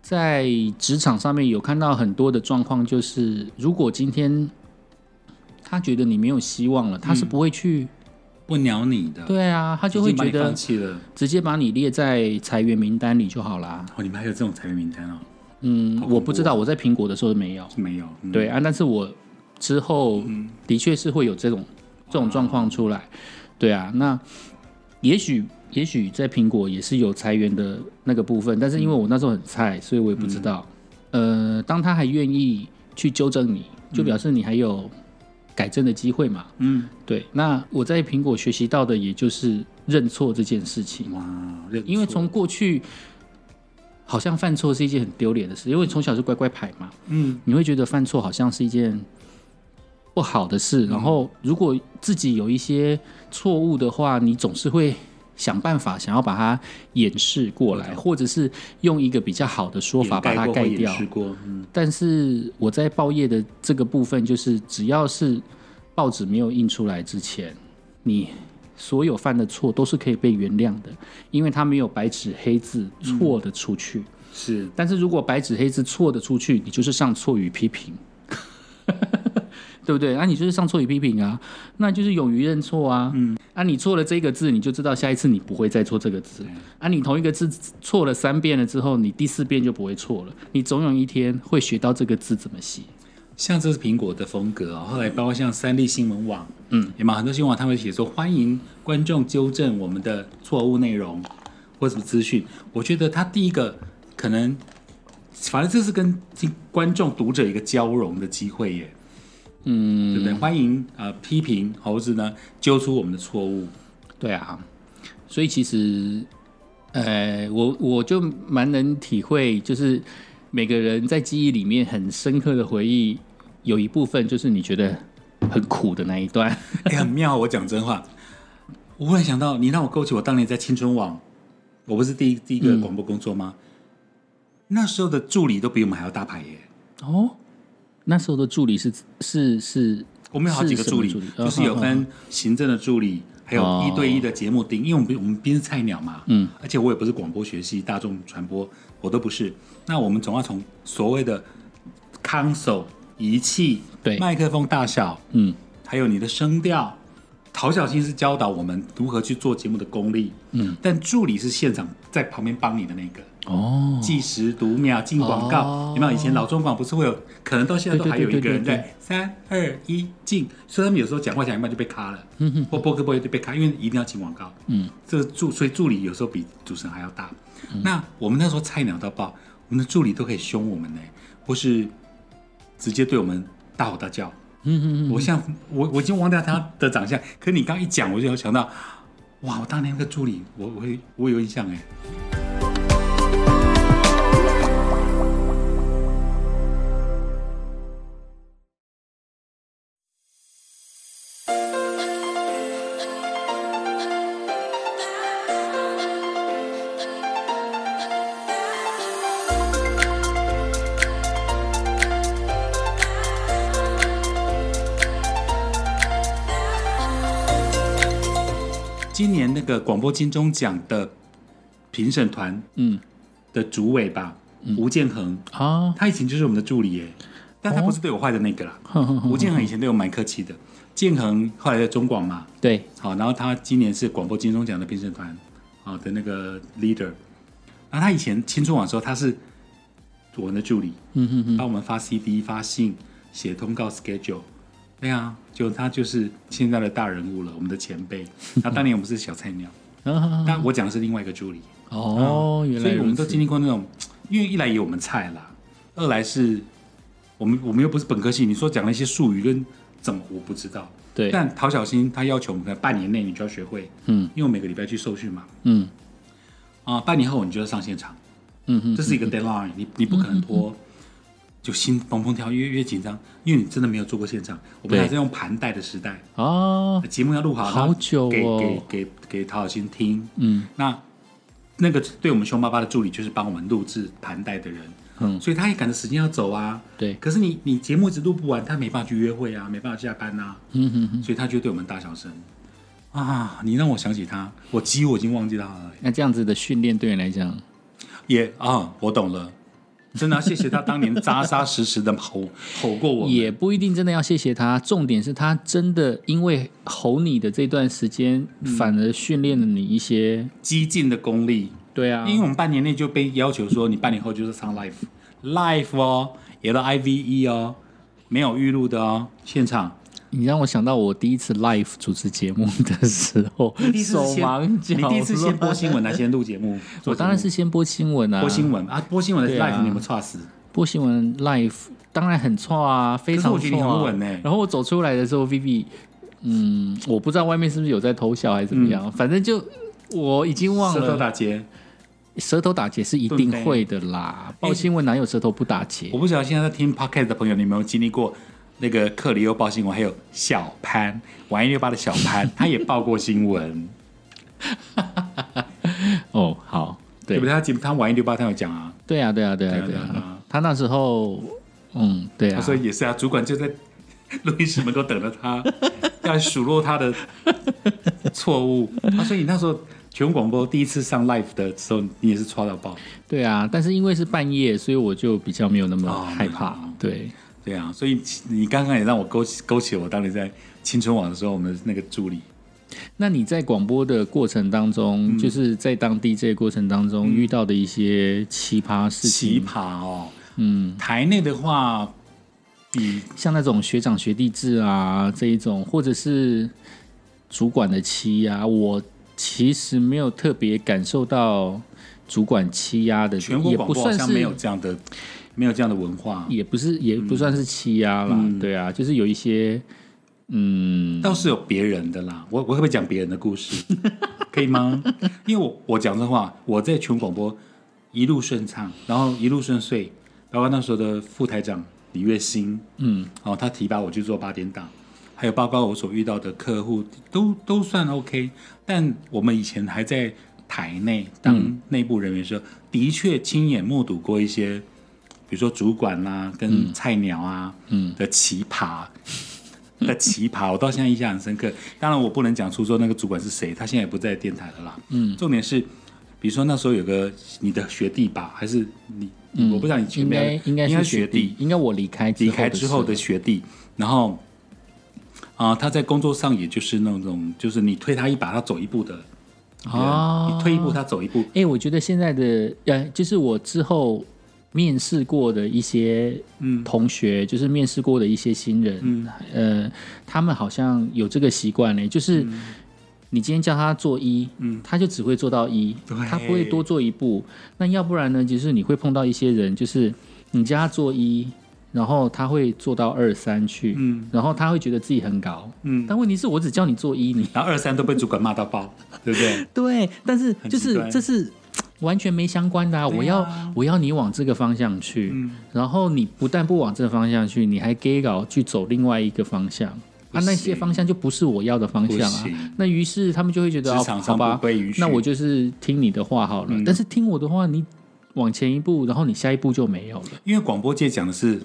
Speaker 1: 在职场上面有看到很多的状况，就是如果今天他觉得你没有希望了，他是不会去，
Speaker 2: 不鸟你的，
Speaker 1: 对啊，他就会
Speaker 2: 已经嗯把
Speaker 1: 觉
Speaker 2: 你
Speaker 1: 得
Speaker 2: 放弃了。
Speaker 1: 直接把你列在裁员名单里就好啦。
Speaker 2: 哦，你们还有这种裁员名单哦？
Speaker 1: 嗯
Speaker 2: 好，恐
Speaker 1: 我不知道，我在苹果的时候没有，
Speaker 2: 没有，嗯、
Speaker 1: 对啊，但是我之后的确是会有这种这种状况出来，对啊，那也许也许在苹果也是有裁员的那个部分，但是因为我那时候很菜，所以我也不知道。呃，当他还愿意去纠正你，就表示你还有改正的机会嘛。
Speaker 2: 嗯，
Speaker 1: 对，那我在苹果学习到的也就是认错这件事情。
Speaker 2: 哇，认
Speaker 1: 因为
Speaker 2: 错
Speaker 1: 从过去好像犯错是一件很丢脸的事，因为从小是乖乖牌嘛，
Speaker 2: 嗯，
Speaker 1: 你会觉得犯错好像是一件不好的
Speaker 2: 嗯
Speaker 1: 事，然后如果自己有一些错误的话，你总是会想办法想要把它掩饰过来，或者是用一个比较好的说法
Speaker 2: 掩
Speaker 1: 把它
Speaker 2: 过
Speaker 1: 盖
Speaker 2: 或
Speaker 1: 掉
Speaker 2: 掩。饰过，嗯，
Speaker 1: 但是我在报业的这个部分，就是只要是报纸没有印出来之前，你所有犯的错都是可以被原谅的，因为它没有白纸黑字错的出去。
Speaker 2: 是
Speaker 1: 但是如果白纸黑字错的出去，你就是上错与批评， <laughs> 对不对？啊，你就是上错与批评啊，那就是勇于认错啊。嗯，啊，你错了这个字，你就知道下一次你不会再错这个字。啊，你同一个字错了三遍了之后，你第四遍就不会错了。你总有一天会学到这个字怎么写。
Speaker 2: 像这是苹果的风格、哦，后来包括像三立新闻网，嗯，也嘛很多新闻网他们会写说欢迎观众纠正我们的错误内容或什么资讯。我觉得他第一个可能，反正这是跟观众读者一个交融的机会耶，嗯，对不对？欢迎呃批评，猴子呢揪出我们的错误，
Speaker 1: 对啊，所以其实，呃，我我就蛮能体会，就是每个人在记忆里面很深刻的回忆，有一部分就是你觉得很苦的那一段。
Speaker 2: 哎、很妙。我讲真话，我忽然想到，你让我勾起我当年在青春网，我不是第一第一个广播工作吗？那时候的助理都比我们还要大牌耶。
Speaker 1: 哦，那时候的助理是是是，
Speaker 2: 我们有好几个助理，
Speaker 1: 是什么助理
Speaker 2: 就是有分行政的助理，还有
Speaker 1: 哦
Speaker 2: 一对一的节目丁，因为我们我们毕竟是菜鸟嘛，
Speaker 1: 嗯，
Speaker 2: 而且我也不是广播学系、大众传播，我都不是。那我们总要从所谓的 console 仪器、
Speaker 1: 对
Speaker 2: 麦克风大小，
Speaker 1: 嗯，
Speaker 2: 还有你的声调，陶小新是教导我们如何去做节目的功力，嗯，但助理是现场在旁边帮你的那个。
Speaker 1: 哦，
Speaker 2: 计时、读秒、进广告，
Speaker 1: 哦
Speaker 2: 有没有？以前老中广不是会有，可能到现在都还有一个人
Speaker 1: 对对对对对
Speaker 2: 在三二一进，所以他们有时候讲话讲一半就被卡了，或播歌播一半就被卡，因为一定要进广告。
Speaker 1: 嗯，
Speaker 2: 这个助所以助理有时候比主持人还要大。那我们那时候菜鸟到爆，我们的助理都可以凶我们呢，或是直接对我们大吼大叫。
Speaker 1: 嗯嗯
Speaker 2: 我像我我已经忘掉他的长相，可你刚一讲，我就有想到，哇，我当年那个助理，我我会我有印象哎。今年那个广播金钟奖的评审团
Speaker 1: 嗯
Speaker 2: 的主委吧，吴建衡，
Speaker 1: 嗯啊，
Speaker 2: 他以前就是我们的助理耶，但他不是对我坏的那个啦。
Speaker 1: 哼哼哼
Speaker 2: 吴建衡以前对我蛮客气的，建衡后来在中广嘛，
Speaker 1: 对，
Speaker 2: 好，然后他今年是广播金钟奖的评审团好的那个 leader，然后他以前青春网的时候他是我们的助理，
Speaker 1: 嗯嗯嗯，
Speaker 2: 帮我们发 CD、发信、写通告 schedule。对啊，就他就是现在的大人物了，我们的前辈。那当年我们是小菜鸟，
Speaker 1: 啊啊啊
Speaker 2: 但我讲的是另外一个助理，
Speaker 1: 哦，原
Speaker 2: 嗯所
Speaker 1: 来
Speaker 2: 以我们都
Speaker 1: 如此
Speaker 2: 经历过那种，因为一来也我们菜啦，二来是我们我们又不是本科系，你说讲了一些术语跟怎么我不知道。
Speaker 1: 对，
Speaker 2: 但陶小新他要求我们在半年内你就要学会，
Speaker 1: 嗯
Speaker 2: 因为我每个礼拜去受训嘛，
Speaker 1: 嗯
Speaker 2: 啊、半年后你就要上现场，
Speaker 1: 嗯嗯，
Speaker 2: 这是一个 deadline，你你不可能拖，就心砰砰跳，越越紧张，因为你真的没有做过现场，我们
Speaker 1: 对
Speaker 2: 还在用盘带的时代，
Speaker 1: 啊，
Speaker 2: 节目要录好，
Speaker 1: 好
Speaker 2: 然后
Speaker 1: 久
Speaker 2: 给
Speaker 1: 哦
Speaker 2: 给给给陶小新听，
Speaker 1: 嗯
Speaker 2: 那那个对我们凶巴巴的助理就是帮我们录制盘带的人，
Speaker 1: 嗯，
Speaker 2: 所以他也赶着时间要走啊。
Speaker 1: 对，
Speaker 2: 可是你你节目一直录不完，他没办法去约会啊，没办法下班啊，
Speaker 1: 嗯嗯嗯，
Speaker 2: 所以他就对我们大小声啊。你让我想起他，我几乎已经忘记他了，
Speaker 1: 那这样子的训练对你来讲，
Speaker 2: 也啊，我懂了，真的、啊、谢谢他当年扎扎实实的吼吼过我
Speaker 1: <laughs>
Speaker 2: 们。
Speaker 1: 也不一定真的要谢谢他，重点是他真的因为吼你的这段时间，反而训练了你一些。
Speaker 2: 激进的功力，
Speaker 1: 对啊，
Speaker 2: 因为我们半年内就被要求说，你半年后就是上 live，live 哦，L I V E 哦，没有预录的哦，现场。
Speaker 1: 你让我想到我第一次 live 主持节目的时候
Speaker 2: 你第，一次是
Speaker 1: 手
Speaker 2: 先
Speaker 1: 忙脚
Speaker 2: 你
Speaker 1: 乱。
Speaker 2: 第一次先播新闻还是先录节 <laughs> 目？
Speaker 1: 我当然是先播新闻啊，
Speaker 2: 播新闻啊，播新闻的
Speaker 1: 对啊
Speaker 2: live 你有没有差死？
Speaker 1: 播新闻 live 当然很错啊，非常
Speaker 2: 可是我觉得你
Speaker 1: 错啊
Speaker 2: 很稳欸
Speaker 1: 然后我走出来的时候，Vivi，嗯，我不知道外面是不是有在偷笑还是怎么样，反正就我已经忘
Speaker 2: 嗯舌头
Speaker 1: 了。
Speaker 2: 打结，
Speaker 1: 舌头打结是一定会的啦，报新闻哪有舌头不打结
Speaker 2: 我？不晓得现在在听 podcast 的朋友，你有没有经历过那个克里又报新闻，还有小潘玩一六八的小潘，他也报过新闻，
Speaker 1: 哦，好，
Speaker 2: <laughs> 对
Speaker 1: 对
Speaker 2: 不对？他节目他玩一六八，他有讲啊，
Speaker 1: 对啊，对啊，对啊，
Speaker 2: 对
Speaker 1: 对
Speaker 2: 啊对
Speaker 1: 啊
Speaker 2: 啊。
Speaker 1: 他那时候，嗯，对
Speaker 2: 他
Speaker 1: 啊，
Speaker 2: 说也是啊，主管就在录音室门口等着
Speaker 1: <laughs>
Speaker 2: 他，要数落他的错
Speaker 1: <laughs>
Speaker 2: 误。他说你那时候全国广播第一次上 live 的时候，你也是戳到爆。
Speaker 1: 对啊，但是因为是半夜，所以我就比较没有那么
Speaker 2: 哦
Speaker 1: 害怕
Speaker 2: 没有。
Speaker 1: 对，
Speaker 2: 对啊，所以你刚刚也让我勾起勾起我当年在青春网的时候，我们的那个助理，
Speaker 1: 那你在广播的过程当
Speaker 2: 嗯
Speaker 1: 中，就是在当 DJ 的过程当中遇到的一些奇葩事
Speaker 2: 奇
Speaker 1: 情，
Speaker 2: 葩哦。
Speaker 1: 嗯，
Speaker 2: 台内的话，比
Speaker 1: 像那种学长学弟制啊这一种，或者是主管的欺压，我其实没有特别感受到主管欺压的，
Speaker 2: 全国
Speaker 1: 也
Speaker 2: 广
Speaker 1: 不
Speaker 2: 播好
Speaker 1: 算
Speaker 2: 像
Speaker 1: 是
Speaker 2: 没有这样的，没有这样的文化，
Speaker 1: 也不是也不算是欺压啦，对啊，就是有一些嗯，
Speaker 2: 倒是有别人的啦。我我会不会讲别人的故事？ <laughs> 可以吗？因为我我讲真话，我在全广播一路顺畅，然后一路顺遂，包括那时候的副台长李月新，
Speaker 1: 嗯，
Speaker 2: 哦，他提拔我去做八点档，还有包括我所遇到的客户都都算 OK。但我们以前还在台内当内部人员的时候，的确亲眼目睹过一些，比如说主管啦、跟菜鸟啊，
Speaker 1: 嗯
Speaker 2: 的奇
Speaker 1: <laughs>
Speaker 2: 葩。的奇葩，我到现在印象很深刻。当然，我不能讲出说那个主管是谁，他现在也不在电台了啦。嗯，重点是，比如说那时候有个你的学弟吧，还是你，我不知道你前
Speaker 1: 嗯应该
Speaker 2: 面
Speaker 1: 应该
Speaker 2: 应该
Speaker 1: 是
Speaker 2: 学
Speaker 1: 学
Speaker 2: 弟，
Speaker 1: 应该我离开
Speaker 2: 离开之后
Speaker 1: 事
Speaker 2: 的学弟，然后啊、啊、他在工作上也就是那种，就是你推他一把，他走一步的人，
Speaker 1: 哦
Speaker 2: 你推一步他走一步，
Speaker 1: 哎、我觉得现在的呃，就是我之后面试过的一些
Speaker 2: 嗯
Speaker 1: 同学，就是面试过的一些新人，
Speaker 2: 嗯
Speaker 1: 呃，他们好像有这个习惯呢，就是你今天叫他做一，
Speaker 2: 嗯
Speaker 1: 他就只会做到一，
Speaker 2: 对
Speaker 1: 他不会多做一步。那要不然呢，就是你会碰到一些人，就是你叫他做一，然后他会做到二三去，
Speaker 2: 嗯
Speaker 1: 然后他会觉得自己很高，
Speaker 2: 嗯，
Speaker 1: 但问题是我只叫你做一，你
Speaker 2: 然后二三都被主管骂到爆，对不对？
Speaker 1: 对，但是
Speaker 2: 很
Speaker 1: 就
Speaker 2: 奇
Speaker 1: 是
Speaker 2: 怪
Speaker 1: 这是完全没相关的啊！
Speaker 2: 对啊
Speaker 1: 我要我要你往这个方向去，
Speaker 2: 嗯，
Speaker 1: 然后你不但不往这个方向去，你还 gay 搞去走另外一个方向
Speaker 2: 不
Speaker 1: 啊，
Speaker 2: 行
Speaker 1: 那些方向就不是我要的方
Speaker 2: 不
Speaker 1: 向啊。
Speaker 2: 行，
Speaker 1: 那于是他们就会觉得，
Speaker 2: 职
Speaker 1: 哦
Speaker 2: 场，
Speaker 1: 好
Speaker 2: 上不
Speaker 1: 吧，
Speaker 2: 被允许。
Speaker 1: 那我就是听你的话好了。
Speaker 2: 嗯
Speaker 1: 但是听我的话，你往前一步，然后你下一步就没有了。
Speaker 2: 因为广播界讲的是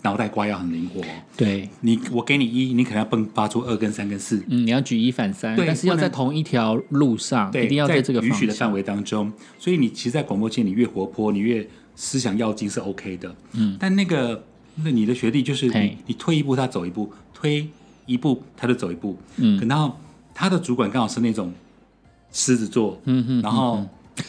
Speaker 2: 脑袋瓜要很灵活，
Speaker 1: 对，
Speaker 2: 你我给你一，你可能要迸发出二跟三跟四，
Speaker 1: 嗯，你要举一反三，
Speaker 2: 对
Speaker 1: 但是要
Speaker 2: 不能
Speaker 1: 在同一条路上，
Speaker 2: 对，
Speaker 1: 一定要
Speaker 2: 在
Speaker 1: 这个
Speaker 2: 允
Speaker 1: 方
Speaker 2: 许的
Speaker 1: 向。
Speaker 2: 范围当中。所以你其实，在广播界，你越活泼，你越思想要精是 OK 的。嗯，但那个那你的学弟就是你
Speaker 1: 嘿，
Speaker 2: 你退一步他走一步，推一步他就走一步。
Speaker 1: 嗯
Speaker 2: 可然后他的主管刚好是那种狮子座，
Speaker 1: 嗯哼，
Speaker 2: 然后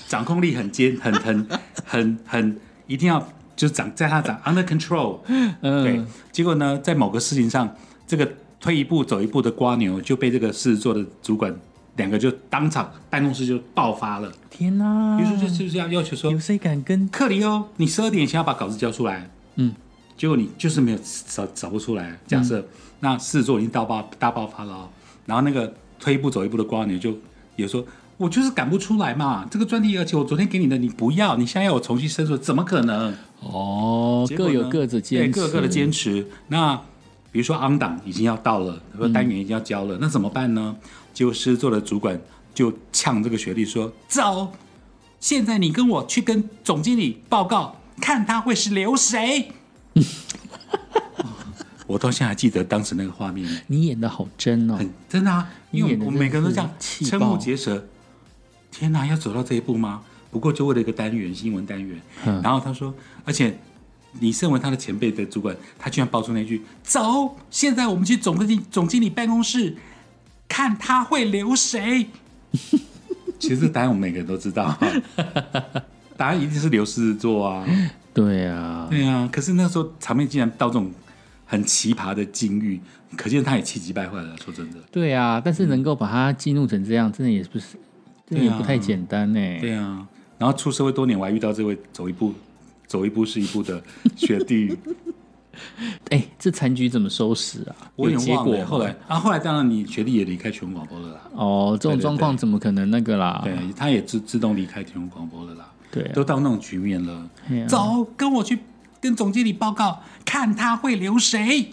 Speaker 2: 掌控力很坚，很 <laughs> 很很很一定要就是掌在他掌 under control。对
Speaker 1: 嗯，，
Speaker 2: 结果呢，在某个事情上，这个退一步走一步的瓜牛就被这个狮子座的主管两个就当场办公室就爆发了。
Speaker 1: 天哪、
Speaker 2: 于是就就是要要求说
Speaker 1: 有，谁敢跟
Speaker 2: 克里欧，你十二点前要把稿子交出来。
Speaker 1: 嗯，
Speaker 2: 结果你就是没有找找不出来。假设、那狮子座已经大爆大爆发了、哦，然后那个退一步走一步的瓜牛就也说。我就是赶不出来嘛，这个专题，而且我昨天给你的你不要，你现在要我重新申诉，怎么可能？
Speaker 1: 哦，
Speaker 2: 结果
Speaker 1: 各
Speaker 2: 呢
Speaker 1: 有各的坚持，
Speaker 2: 对各有各的坚持。那比如说 on 档已经要到了，比如说单元已经要交了，那怎么办呢？结果狮子座的主管就呛这个学历说：“走，现在你跟我去跟总经理报告，看他会是留谁。 <laughs> 哦我到现在还记得当时那个画面，
Speaker 1: 你演的好真哦，
Speaker 2: 很真的啊，因
Speaker 1: 你
Speaker 2: 为
Speaker 1: 演得
Speaker 2: 我们每个人都这样
Speaker 1: 真的是
Speaker 2: 瞠
Speaker 1: 气
Speaker 2: 目
Speaker 1: 爆
Speaker 2: 结舌。天哪，要走到这一步吗？不过就为了一个单元新闻单元，
Speaker 1: 嗯
Speaker 2: 然后他说，而且你身为他的前辈的主管，他居然爆出那句“走，现在我们去总经理总经理办公室看他会留谁”。 <laughs> 其实这答案我们每个人都知道，啊答案一定是刘狮子
Speaker 1: <laughs>
Speaker 2: 座啊。
Speaker 1: 对啊，
Speaker 2: 对啊，可是那时候场面竟然到这种很奇葩的境遇，可见他也气急败坏了。说真的，
Speaker 1: 对啊，但是能够把他激怒成这样，真的也不是，真的
Speaker 2: 对
Speaker 1: 也
Speaker 2: 啊
Speaker 1: 不太简单欸呢。
Speaker 2: 对啊，然后出社会多年，我还遇到这位走一步走一步是一步 <laughs> 的学弟，
Speaker 1: 哎，这残局怎么收拾啊？
Speaker 2: 我
Speaker 1: 有
Speaker 2: 有
Speaker 1: 结
Speaker 2: 点忘
Speaker 1: 果
Speaker 2: 了。
Speaker 1: 吗
Speaker 2: 后来啊，后来当然你学弟也离开全国广播了啦，
Speaker 1: 哦，这
Speaker 2: 对
Speaker 1: 种
Speaker 2: 对
Speaker 1: 状况怎么可能那个啦？
Speaker 2: 对，啊他也自自动离开全国广播了啦，
Speaker 1: 对啊
Speaker 2: 都到那种局面了，
Speaker 1: 对啊，
Speaker 2: 走，跟我去跟总经理报告，看他会留 <laughs> 谁。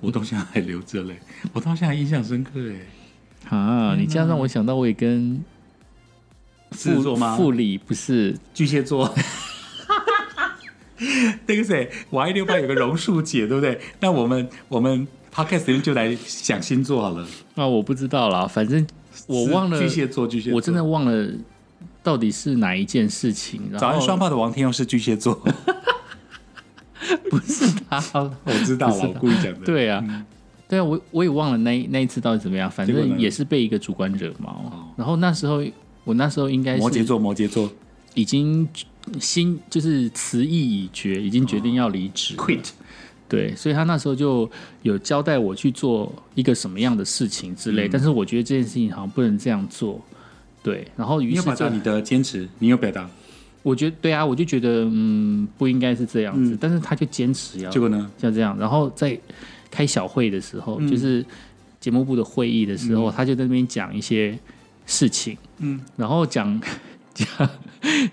Speaker 2: 我到现在还留着嘞，我到现在还印象深刻哎。
Speaker 1: 啊，你这样让我想到，我也跟
Speaker 2: 狮子
Speaker 1: 副
Speaker 2: 座吗？
Speaker 1: 副理不是
Speaker 2: 巨蟹座。 <laughs> 那个谁，我爱六八有个榕树姐，对不对？那我们我们 podcast 里面就来想星座好了。
Speaker 1: 啊，我不知道啦，反正我
Speaker 2: 是
Speaker 1: 忘了
Speaker 2: 巨，蟹座，巨蟹座。
Speaker 1: 我真的忘了到底是哪一件事情。然
Speaker 2: 早安
Speaker 1: 后
Speaker 2: 双炮的王天佑是巨蟹
Speaker 1: 哦
Speaker 2: 座，
Speaker 1: 不是他啦。
Speaker 2: 我知道
Speaker 1: 不是的
Speaker 2: 了，我故意讲的。
Speaker 1: 对啊，对啊，我我也忘了那一那一次到底怎么样，反
Speaker 2: 嗯结果
Speaker 1: 正
Speaker 2: 呢
Speaker 1: 也是被一个主管惹毛。
Speaker 2: 哦
Speaker 1: 然后那时候我那时候应该
Speaker 2: 摩羯
Speaker 1: 是
Speaker 2: 座，摩羯座
Speaker 1: 已经心就是词意已决，已经决定要离职了。
Speaker 2: quit，
Speaker 1: 对，所以他那时候就有交代我去做一个什么样的事情之
Speaker 2: 嗯
Speaker 1: 类，但是我觉得这件事情好像不能这样做。对，然后于
Speaker 2: 你有
Speaker 1: 是
Speaker 2: 表
Speaker 1: 就
Speaker 2: 达你的坚持，你有表达，
Speaker 1: 我觉得对啊，我就觉得嗯不应该是这样子，
Speaker 2: 嗯
Speaker 1: 但是他就坚持要
Speaker 2: 结果呢？
Speaker 1: 像这样，然后在开小会的时候，
Speaker 2: 嗯
Speaker 1: 就是节目部的会议的时候，他就在那边讲一些事情，
Speaker 2: 嗯，
Speaker 1: 然后讲 <laughs> 讲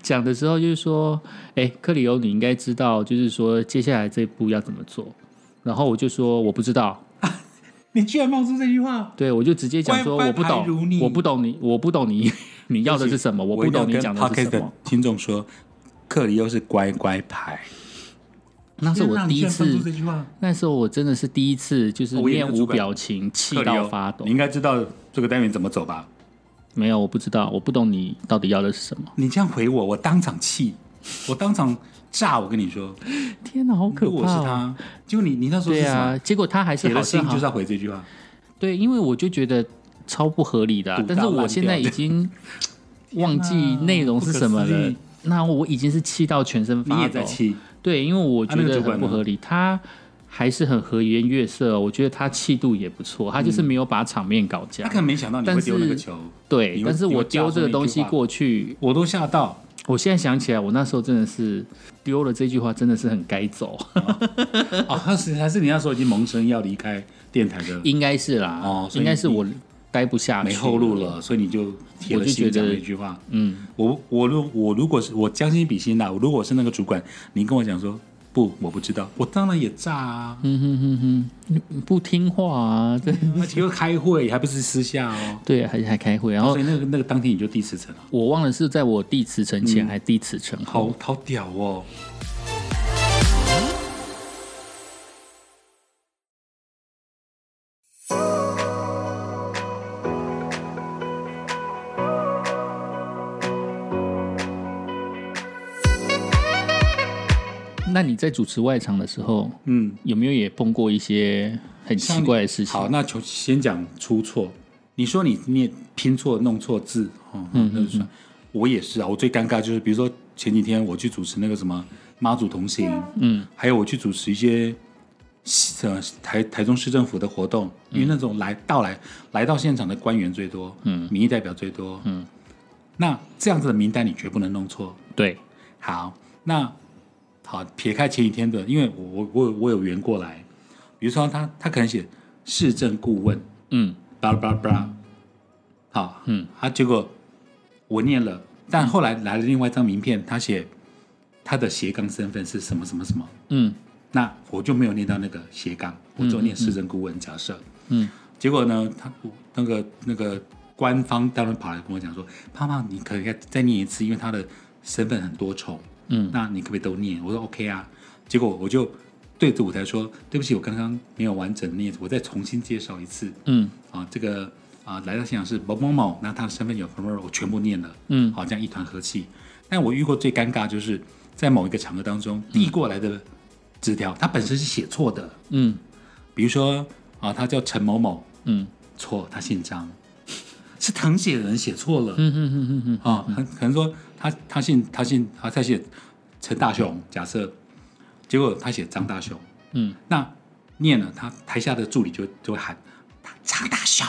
Speaker 1: 讲的时候就是说，哎，克里欧，你应该知道，就是说接下来这一步要怎么
Speaker 2: 嗯
Speaker 1: 做。然后我就说我不知道，
Speaker 2: 你居然冒出这句话，
Speaker 1: 对我就直接讲说
Speaker 2: 乖乖
Speaker 1: 我不
Speaker 2: 排如你
Speaker 1: 懂，我不懂你，我不懂你 <laughs> 你要的是什么，我不
Speaker 2: 一定要
Speaker 1: 懂你
Speaker 2: 跟
Speaker 1: 讲的是
Speaker 2: podcast
Speaker 1: 什
Speaker 2: 的
Speaker 1: 么。
Speaker 2: 听众说，克里又是乖乖牌，
Speaker 1: 那是
Speaker 2: 天
Speaker 1: 我
Speaker 2: 哪
Speaker 1: 第
Speaker 2: 你居
Speaker 1: 一
Speaker 2: 然放
Speaker 1: 次
Speaker 2: 出，这句话。
Speaker 1: 那时候我真的是第一次，就是
Speaker 2: 我也没有
Speaker 1: 面无
Speaker 2: 主管
Speaker 1: 表情，气
Speaker 2: 克里
Speaker 1: 到
Speaker 2: 欧
Speaker 1: 发抖
Speaker 2: 你。应该知道这个单元怎么走吧？
Speaker 1: 没有，我不知道，我不懂你到底要的是什么。
Speaker 2: 你这样回我，我当场气。我当场炸！我跟你说，
Speaker 1: 天哪，好可
Speaker 2: 如果
Speaker 1: 怕、
Speaker 2: 是
Speaker 1: 哦！
Speaker 2: 他，结果你你那时候
Speaker 1: 对
Speaker 2: 是什么？
Speaker 1: 啊，结果他还是
Speaker 2: 铁
Speaker 1: 好
Speaker 2: 了
Speaker 1: 是
Speaker 2: 心
Speaker 1: 好
Speaker 2: 就是要回这句话，
Speaker 1: 对，因为我就觉得超不合理的啊、
Speaker 2: 赌到
Speaker 1: 但是我
Speaker 2: 烂
Speaker 1: 现
Speaker 2: 掉
Speaker 1: 在已经忘记内容是什么
Speaker 2: 不可思
Speaker 1: 了
Speaker 2: 议。
Speaker 1: 那我已经是气到全身
Speaker 2: 你
Speaker 1: 发
Speaker 2: 也
Speaker 1: 抖
Speaker 2: 在，气，
Speaker 1: 对，因为我觉
Speaker 2: 啊那个
Speaker 1: 得
Speaker 2: 主管
Speaker 1: 很不
Speaker 2: 呢
Speaker 1: 合理，他还是很和颜悦色哦、我觉得他气度也不错，他就是没有把场面搞
Speaker 2: 他
Speaker 1: 僵
Speaker 2: 可。能没想到嗯你
Speaker 1: 但
Speaker 2: 会
Speaker 1: 是
Speaker 2: 丢那个球，
Speaker 1: 对，
Speaker 2: 你会
Speaker 1: 但是
Speaker 2: 你会
Speaker 1: 我
Speaker 2: 加
Speaker 1: 丢这
Speaker 2: 上
Speaker 1: 个
Speaker 2: 一
Speaker 1: 东
Speaker 2: 句
Speaker 1: 西
Speaker 2: 话
Speaker 1: 过去，
Speaker 2: 我都吓到。
Speaker 1: 我现在想起来，我那时候真的是丢了这句话，真的是很该走，
Speaker 2: 哦，他是还是你那时候已经萌生要离开电台的，
Speaker 1: 应该是啦，
Speaker 2: 哦所以
Speaker 1: 应该是
Speaker 2: 你
Speaker 1: 我待不下去，
Speaker 2: 没后路。了，所以你就铁了
Speaker 1: 我
Speaker 2: 心
Speaker 1: 就觉
Speaker 2: 讲
Speaker 1: 得
Speaker 2: 了一句话。
Speaker 1: 嗯，
Speaker 2: 我我如我如果是我将心比心啦，如果是那个主管，你跟我讲说不，我不知道，我当然也炸啊，
Speaker 1: 嗯不听话啊，对
Speaker 2: 而且又开会，还不是私下哦。
Speaker 1: 对，还还开会，然后
Speaker 2: 所以那个那个当天你就第四层了，
Speaker 1: 我忘了是在我递辞呈
Speaker 2: 嗯
Speaker 1: 前还是递辞呈后。
Speaker 2: 好好屌哦！
Speaker 1: 那你在主持外场的时候，
Speaker 2: 嗯，
Speaker 1: 有没有也碰过一些很奇怪的事情？
Speaker 2: 好，那就先讲出错。你说你你也拼错弄错字，哦，那就算。我也是啊，我最尴尬就是，比如说前几天我去主持那个什么妈祖同行，
Speaker 1: 嗯，
Speaker 2: 还有我去主持一些西呃台台中市政府的活动，因为那种来到来来到现场的官员最多，嗯，民意代表最多，嗯，那这样子的名单你绝不能弄错。
Speaker 1: 对，
Speaker 2: 好，那好，撇开前几天的，因为我我我有我有缘过来，比如说他他可能写市政顾问，
Speaker 1: 嗯，
Speaker 2: 巴拉巴拉巴拉，好，
Speaker 1: 嗯，
Speaker 2: 啊，结果我念了，但后来来了另外一张名片，他写他的斜杠身份是什么什么什么，
Speaker 1: 嗯
Speaker 2: 那我就没有念到那个斜杠，我就念市政顾问假设。
Speaker 1: 嗯，
Speaker 2: 结果呢，他那个那个官方当然跑来跟我讲说：“胖胖，你可以再再念一次，因为他的身份很多重。
Speaker 1: 嗯
Speaker 2: 那你可不可以都念？”我说：“OK 啊。”结果我就对着舞台说：“对不起，我刚刚没有完整念，我再重新介绍一次
Speaker 1: 嗯
Speaker 2: 啊。这个啊，来到现场是某某某，那他的身份有什么？我全部念了。
Speaker 1: 嗯
Speaker 2: 好，这样一团和气。但我遇过最尴尬就是在某一个场合当中递过来的纸条，它本身是写错的，
Speaker 1: 嗯
Speaker 2: 比如说啊，他叫陈某某，
Speaker 1: 嗯
Speaker 2: 错，他姓张，是誊写人写错了
Speaker 1: 嗯嗯嗯嗯
Speaker 2: 啊，很可能说他他姓他姓他在写陈大雄，假设，结果他写张大雄，
Speaker 1: 嗯，
Speaker 2: 那念了，他台下的助理就就会喊他张大雄，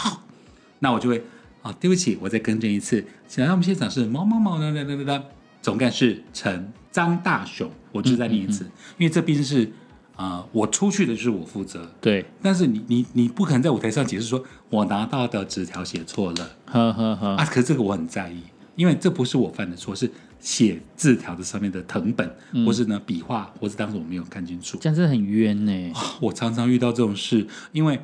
Speaker 2: 那我就会啊，对不起，我再更正一次，请来我们现场是某某某的的的的的总干事陈张大雄，我就再念一
Speaker 1: 嗯
Speaker 2: 次，因为这毕竟是啊、呃我出去的就是我负责，
Speaker 1: 对，
Speaker 2: 但是你你你不可能在舞台上解释说我拿到的纸条写错了
Speaker 1: 呵呵呵，
Speaker 2: 啊，可是这个我很在意，因为这不是我犯的错，是写字条的上面的藤本，
Speaker 1: 嗯
Speaker 2: 或是呢笔画，或是当时我没有看清楚。
Speaker 1: 这样真的很冤呢、
Speaker 2: 我常常遇到这种事，因为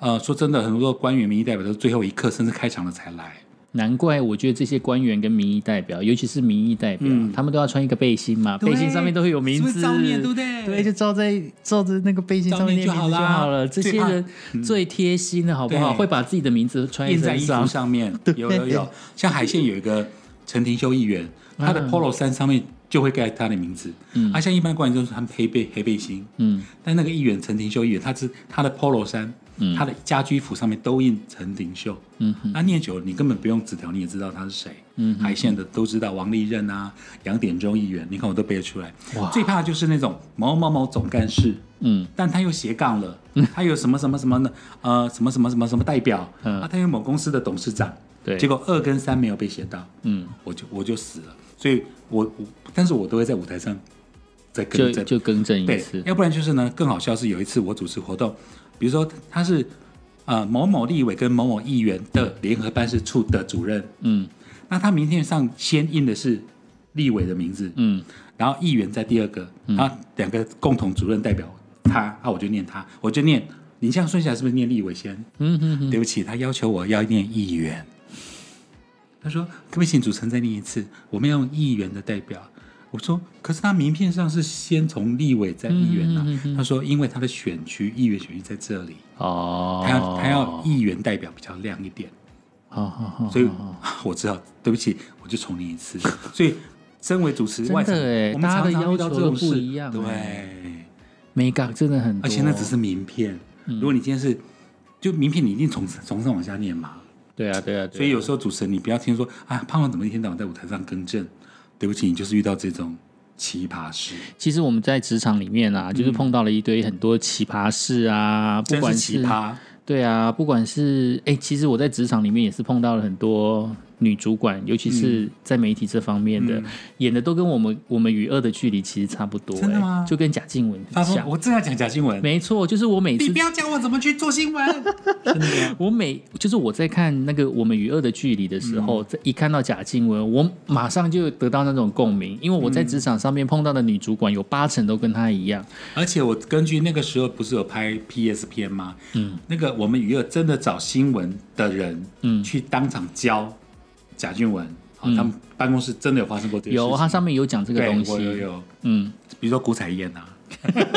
Speaker 2: 呃，说真的，很多官员、民意代表都是最后一刻甚至开场了才来。
Speaker 1: 难怪我觉得这些官员跟民意代表，尤其是民意代表，
Speaker 2: 嗯
Speaker 1: 他们都要穿一个背心嘛，背心上面都会有名
Speaker 2: 是不
Speaker 1: 字，
Speaker 2: 是照念对不对
Speaker 1: 对，就照在照着那个背心上面念名字
Speaker 2: 照念就好啦
Speaker 1: 好了。这些人最贴心的好不好？
Speaker 2: 对
Speaker 1: 会把自己的名字穿
Speaker 2: 印
Speaker 1: 身
Speaker 2: 在衣服
Speaker 1: 上，
Speaker 2: 上面，有有有，像海线有一个陈廷修议员，他的 polo 衫上面就会盖他的名字，嗯，啊，像一般官员就是穿黑背黑背心，
Speaker 1: 嗯，
Speaker 2: 但那个议员陈廷秀议员，他是他的 polo 衫，他的家居服上面都印陈廷秀，嗯，那念久了你根本不用纸条，你也知道他是谁，嗯，海线的都知道王丽任啊、杨典忠议员，你看我都背得出来，
Speaker 1: 哇
Speaker 2: 最怕的就是那种某某某总干事，
Speaker 1: 嗯，
Speaker 2: 但他又斜杠了，他有什么什么什么呢？呃，什么什么什么什么代表，
Speaker 1: 嗯
Speaker 2: 啊，他有某公司的董事长，
Speaker 1: 对
Speaker 2: 结果二跟三没有被写到，
Speaker 1: 嗯，
Speaker 2: 我就我就死了，所以我我，但是我都会在舞台上再
Speaker 1: 就
Speaker 2: 更正，
Speaker 1: 就更正一
Speaker 2: 对
Speaker 1: 次，，
Speaker 2: 要不然就是呢，更好笑是有一次我主持活动，比如说他是呃某某立委跟某某议员的联合办事处的主任，
Speaker 1: 嗯
Speaker 2: 那他名片上先印的是立委的名字，
Speaker 1: 嗯
Speaker 2: 然后议员在第二个，然后两个共同主任代表他，啊那我就念他，我就念，你这样顺下来是不是念立委先？
Speaker 1: 嗯嗯嗯，
Speaker 2: 对不起，他要求我要念议员。他说：“可不可以请主持人再念一次？我们要用议员的代表。”我说：“可是他名片上是先从立委再议员呢、啊
Speaker 1: 嗯嗯
Speaker 2: 他说：“因为他的选区议员选区在这里，
Speaker 1: 哦，
Speaker 2: 他要他要议员代表比较亮一点，
Speaker 1: 好好好，
Speaker 2: <laughs>
Speaker 1: <laughs>
Speaker 2: 所以我知道，对不起，我就重念一次。所以身为主持
Speaker 1: 真的
Speaker 2: 外场
Speaker 1: 欸，
Speaker 2: 我们
Speaker 1: 大家的
Speaker 2: 常常遇
Speaker 1: 要
Speaker 2: 到
Speaker 1: 求
Speaker 2: 这
Speaker 1: 都
Speaker 2: 种
Speaker 1: 不
Speaker 2: 事
Speaker 1: 一样哎
Speaker 2: 对，
Speaker 1: 美感真的很多，
Speaker 2: 而且那只是名片。如果你今天是，就名片你一定从从上往下念嘛。
Speaker 1: 对啊，对啊，对啊
Speaker 2: 所以有时候主持人你不要听说啊，胖胖怎么一天到晚在舞台上更正，对不起，你就是遇到这种奇葩事，
Speaker 1: 其实我们在职场里面啊，就是碰到了一堆很多奇葩事啊，不
Speaker 2: 嗯真
Speaker 1: 管
Speaker 2: 是
Speaker 1: 是
Speaker 2: 奇葩。
Speaker 1: 对啊，不管是哎、其实我在职场里面也是碰到了很多女主管，尤其
Speaker 2: 嗯
Speaker 1: 是在媒体这方面的，演的都跟我们我们与恶的距离其实差不多、
Speaker 2: 真的
Speaker 1: 诶
Speaker 2: 吗
Speaker 1: 就跟贾静雯
Speaker 2: 他
Speaker 1: 很
Speaker 2: 说
Speaker 1: 像，
Speaker 2: 我正要讲假新闻，
Speaker 1: 没错，就是我每
Speaker 2: 你
Speaker 1: 次
Speaker 2: 不要教我怎么去做新闻， <laughs> 真的吗
Speaker 1: 我每就是我在看那个《我们与恶的距离》的时候，
Speaker 2: 嗯
Speaker 1: 在一看到贾静雯，我马上就得到那种共鸣，因为我在
Speaker 2: 嗯
Speaker 1: 职场上面碰到的女主管有八成都跟她一样。
Speaker 2: 而且我根据那个时候不是有拍 PS 片吗？嗯，那个我们娱乐真的找新闻的人，嗯，去当场教贾俊文，好、哦他们办公室真的有发生过这个事情，
Speaker 1: 有，它上面有讲这个
Speaker 2: 对
Speaker 1: 东西。
Speaker 2: 我有有，
Speaker 1: 嗯，
Speaker 2: 比如说古彩燕啊， <laughs>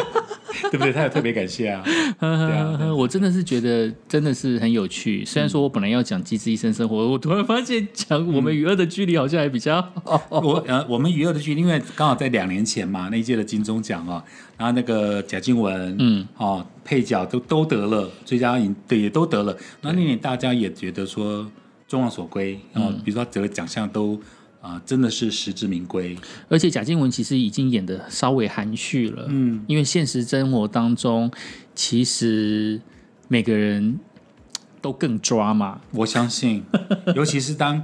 Speaker 2: 对不对？他有特别感谢啊，对啊对
Speaker 1: <laughs>
Speaker 2: 啊
Speaker 1: 我真的是觉得真的是很有趣。虽然说我本来要讲《机智医生生活》，
Speaker 2: 嗯
Speaker 1: 我突然发现讲我们与恶的距离好像还比较好。
Speaker 2: 我呃，我们娱乐的剧，因为刚好在两年前嘛，那一届的金钟奖哦，然后那个贾静雯，
Speaker 1: 嗯，
Speaker 2: 哦，配角都都得了最佳影，对，也都得了。那那年大家也觉得说众望所归，然后比如说他得了奖项都啊、呃真的是实至名归。
Speaker 1: 而且贾静雯其实已经演的稍微含蓄了，嗯，因为现实生活当中，其实每个人都更抓嘛，
Speaker 2: 我相信，尤其是当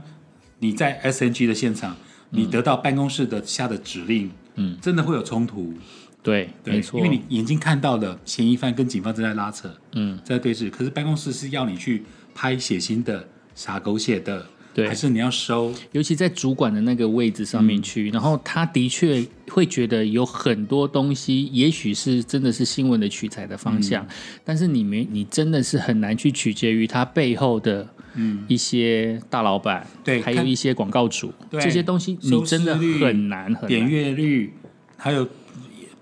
Speaker 2: 你在 S N G 的现场，你得到办公室的下的指令，嗯，真的会有冲突。
Speaker 1: 对，
Speaker 2: 对
Speaker 1: 没错，
Speaker 2: 因为你眼睛看到的嫌疑犯跟警方正在拉扯，
Speaker 1: 嗯，
Speaker 2: 在对峙。可是办公室是要你去拍血腥的、撒狗血的，
Speaker 1: 对
Speaker 2: 还是你要收？
Speaker 1: 尤其在主管的那个位置上面
Speaker 2: 嗯
Speaker 1: 去，然后他的确会觉得有很多东西，也许是真的是新闻的取材的方
Speaker 2: 嗯
Speaker 1: 向，但是你没，你真的是很难去取决于他背后的一些大老板，
Speaker 2: 嗯对
Speaker 1: 还有
Speaker 2: 看
Speaker 1: 一些广告主
Speaker 2: 对
Speaker 1: 这些东西，你
Speaker 2: 收视
Speaker 1: 真的
Speaker 2: 率
Speaker 1: 很难很
Speaker 2: 点
Speaker 1: 难，
Speaker 2: 阅率，还有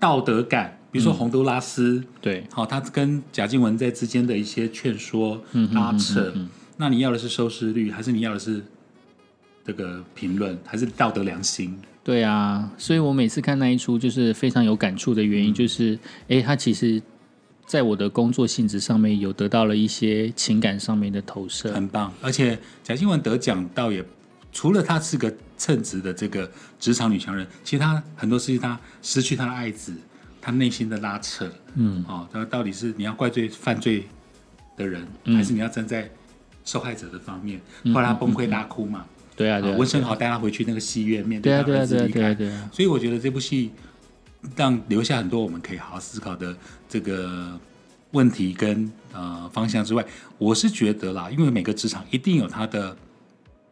Speaker 2: 道德感。比
Speaker 1: 嗯
Speaker 2: 如说洪都拉斯，
Speaker 1: 对
Speaker 2: 好、他跟贾静雯在之间的一些劝说、
Speaker 1: 嗯
Speaker 2: 拉扯。那你要的是收视率，还是你要的是这个评论，还是道德良心？
Speaker 1: 对啊，所以我每次看那一出就是非常有感触的原因，
Speaker 2: 嗯
Speaker 1: 就是诶，他其实。在我的工作性质上面，有得到了一些情感上面的投射，
Speaker 2: 很棒。而且贾静雯得奖倒也，除了她是个称职的这个职场女强人，其实她很多事情她失去她的爱子，她内心的拉扯，嗯，哦，她到底是你要怪罪犯罪的人，
Speaker 1: 嗯
Speaker 2: 还是你要站在受害者的方面？后来她崩溃大哭嘛，
Speaker 1: 嗯对啊，对
Speaker 2: 啊
Speaker 1: 啊，
Speaker 2: 温升豪带她回去那个戏院面
Speaker 1: 对啊，
Speaker 2: 她
Speaker 1: 对
Speaker 2: 儿
Speaker 1: 啊，
Speaker 2: 子
Speaker 1: 对啊，
Speaker 2: 离
Speaker 1: 对啊，
Speaker 2: 开，
Speaker 1: 对啊，
Speaker 2: 所以我觉得这部戏让留下很多我们可以好好思考的这个问题跟呃方向之外，我是觉得啦，因为每个职场一定有它的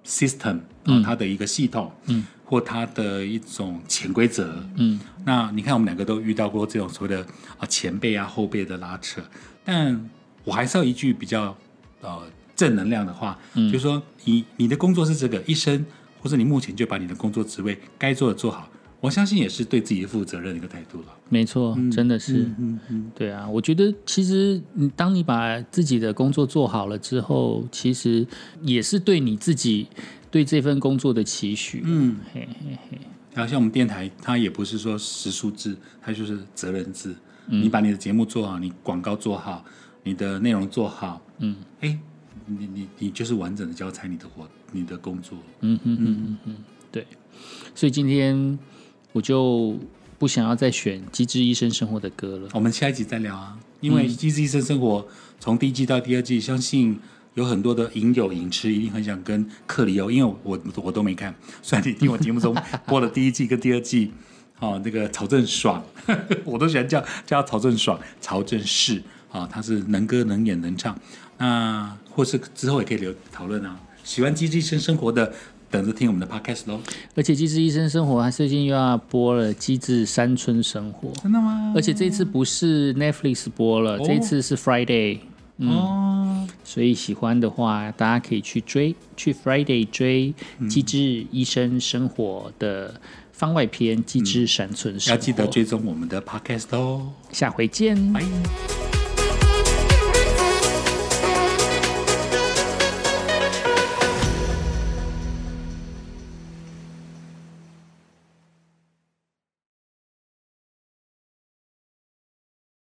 Speaker 2: system 啊、它的一个系统，嗯，或它的一种潜规则，
Speaker 1: 嗯，
Speaker 2: 那你看我们两个都遇到过这种所谓的啊前辈啊后辈的拉扯，但我还是要一句比较呃正能量的话，就是说你你的工作是这个一生，或者你目前就把你的工作职位该做的做好，我相信也是对自己负责任的一个态度了。
Speaker 1: 没错，真的是，
Speaker 2: 嗯嗯，
Speaker 1: 对啊，我觉得其实你当你把自己的工作做好了之后，其实也是对你自己对这份工作的期许，嗯，嘿嘿嘿，
Speaker 2: 然后像我们电台，它也不是说时数制，它就是责任制。你把你的节目做好，你广告做好，你的内容做好，嗯，哎，你你你就是完整的交差你的活，你的工作。
Speaker 1: 嗯哼哼哼哼，对，所以今天我就不想要再选《机智医生生活》的歌了，
Speaker 2: 我们下一集再聊啊，因为《机智医生生活》从第一季到第二季，相信有很多的影友影痴一定很想跟克里欧，因为我我都没看， <laughs> 虽然你听我节目中播了第一季跟第二季， <laughs> 哦，那个曹正爽， <laughs> 我都喜欢叫叫他曹正爽、曹正奭啊、他是能歌能演能唱，那或是之后也可以留讨论啊。喜欢《机智医生生活》的，等着听我们的 podcast 喽。
Speaker 1: 而且《机智医生生活》它最近又要播了《机智山村生活》，
Speaker 2: 真的吗？
Speaker 1: 而且这次不是 Netflix 播了，这次是 Friday。
Speaker 2: 哦，
Speaker 1: 所以喜欢的话，大家可以去追，去 Friday 追《机智医生生活》的番外篇《机智山村生活》
Speaker 2: 要记得追踪我们的 podcast 哦，
Speaker 1: 下回见。
Speaker 2: 拜。